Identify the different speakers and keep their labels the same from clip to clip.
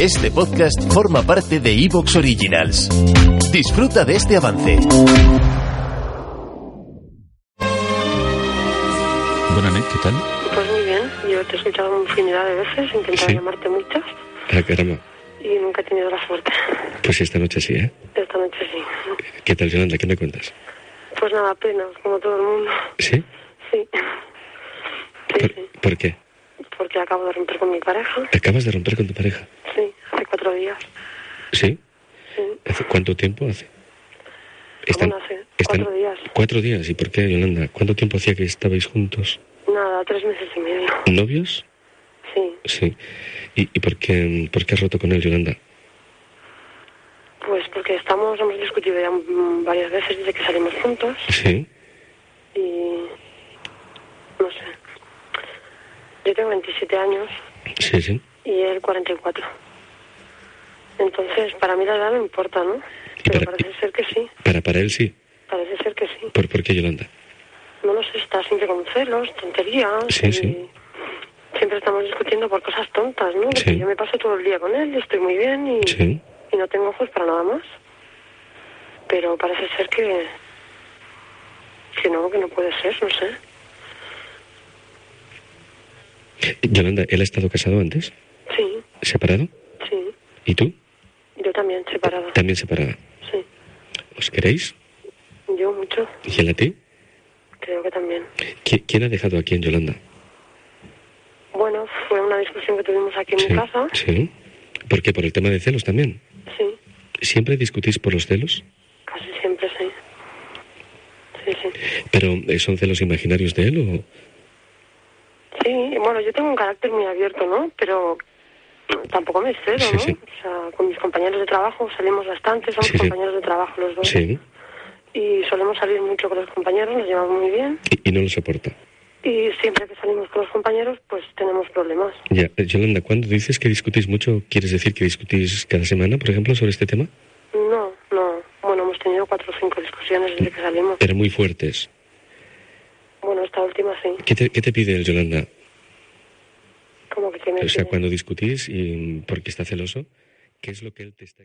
Speaker 1: Este podcast forma parte de Evox Originals. Disfruta de este avance.
Speaker 2: Buenas noches, ¿qué tal?
Speaker 3: Pues muy bien, yo te he escuchado infinidad de veces, he intentado
Speaker 2: Sí.
Speaker 3: llamarte muchas
Speaker 4: Ah, caramba.
Speaker 3: y nunca he tenido la suerte.
Speaker 4: Pues esta noche sí, ¿eh?
Speaker 3: Esta noche sí.
Speaker 4: ¿Qué tal, Yolanda? ¿Qué me cuentas?
Speaker 3: Pues nada, apenas, como todo el mundo.
Speaker 4: ¿Sí?
Speaker 3: Sí. Sí,
Speaker 4: ¿Por,
Speaker 3: sí,
Speaker 4: por qué?
Speaker 3: porque acabo de romper con mi pareja.
Speaker 4: ¿Te acabas de romper con tu pareja?
Speaker 3: Sí, hace cuatro días.
Speaker 4: ¿Sí?
Speaker 3: Sí,
Speaker 4: ¿Hace cuánto tiempo hace?
Speaker 3: Bueno, hace cuatro días.
Speaker 4: ¿Cuatro días? ¿Y por qué, Yolanda? ¿Cuánto tiempo hacía que estabais juntos?
Speaker 3: nada, tres meses y medio.
Speaker 4: ¿Novios?
Speaker 3: Sí,
Speaker 4: Sí. ¿Y, y por, qué, por qué has roto con él, Yolanda?
Speaker 3: pues porque estamos, hemos discutido ya mm, varias veces desde que salimos juntos
Speaker 4: ¿Sí?
Speaker 3: y no sé. Yo tengo 27 años
Speaker 4: Sí, sí.
Speaker 3: y él 44. Entonces, para mí la edad no importa, ¿no?
Speaker 4: Y
Speaker 3: Pero
Speaker 4: para ti-
Speaker 3: parece ser que sí,
Speaker 4: Para, para él sí.
Speaker 3: parece ser que sí.
Speaker 4: ¿Por, por qué, Yolanda?
Speaker 3: No nos está siempre con celos, tonterías.
Speaker 4: Sí,
Speaker 3: y
Speaker 4: sí.
Speaker 3: Siempre estamos discutiendo por cosas tontas, ¿no? Porque
Speaker 4: Sí.
Speaker 3: yo me paso todo el día con él, y estoy muy bien y,
Speaker 4: Sí.
Speaker 3: y no tengo ojos para nada más. Pero parece ser que. que no, que no puede ser, no sé.
Speaker 4: Yolanda, ¿él ha estado casado antes?
Speaker 3: Sí,
Speaker 4: ¿Separado?
Speaker 3: sí.
Speaker 4: ¿Y tú?
Speaker 3: Yo también, separada.
Speaker 4: También separada.
Speaker 3: Sí.
Speaker 4: ¿Os queréis?
Speaker 3: Yo mucho,
Speaker 4: ¿Y él a ti?
Speaker 3: creo que también.
Speaker 4: ¿Qui- ¿Quién ha dejado a quién, Yolanda?
Speaker 3: Bueno, fue una discusión que tuvimos aquí en
Speaker 4: Sí,
Speaker 3: mi casa.
Speaker 4: sí. ¿Por qué? ¿Por el tema de celos también?
Speaker 3: Sí,
Speaker 4: ¿Siempre discutís por los celos?
Speaker 3: casi siempre sí. Sí, sí.
Speaker 4: ¿Pero eh, son celos imaginarios de él o...?
Speaker 3: Sí, y bueno, yo tengo un carácter muy abierto, ¿no? Pero tampoco me excedo,
Speaker 4: Sí,
Speaker 3: ¿no?
Speaker 4: sí.
Speaker 3: O sea, con mis compañeros de trabajo salimos bastante, somos
Speaker 4: Sí, sí.
Speaker 3: compañeros de trabajo los dos.
Speaker 4: Sí.
Speaker 3: Y solemos salir mucho con los compañeros, nos llevamos muy bien.
Speaker 4: Y, y no lo soporta.
Speaker 3: Y siempre que salimos con los compañeros, pues tenemos problemas.
Speaker 4: Ya, eh, Yolanda, cuando dices que discutís mucho, ¿quieres decir que discutís cada semana, por ejemplo, sobre este tema?
Speaker 3: No, no. Bueno, hemos tenido cuatro o cinco discusiones desde que salimos.
Speaker 4: Pero muy fuertes.
Speaker 3: Bueno, esta última sí.
Speaker 4: ¿Qué te, qué te pide él, Yolanda?
Speaker 3: Como que tiene
Speaker 4: O sea,
Speaker 3: que-
Speaker 4: cuando discutís y mm, porque está celoso, ¿qué es lo que él te está...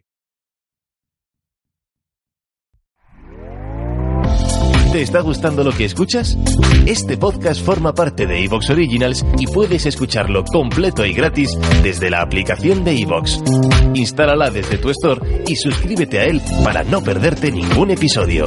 Speaker 1: ¿Te está gustando lo que escuchas? Este podcast forma parte de Evox Originals y puedes escucharlo completo y gratis desde la aplicación de Evox. Instálala desde tu store y suscríbete a él para no perderte ningún episodio.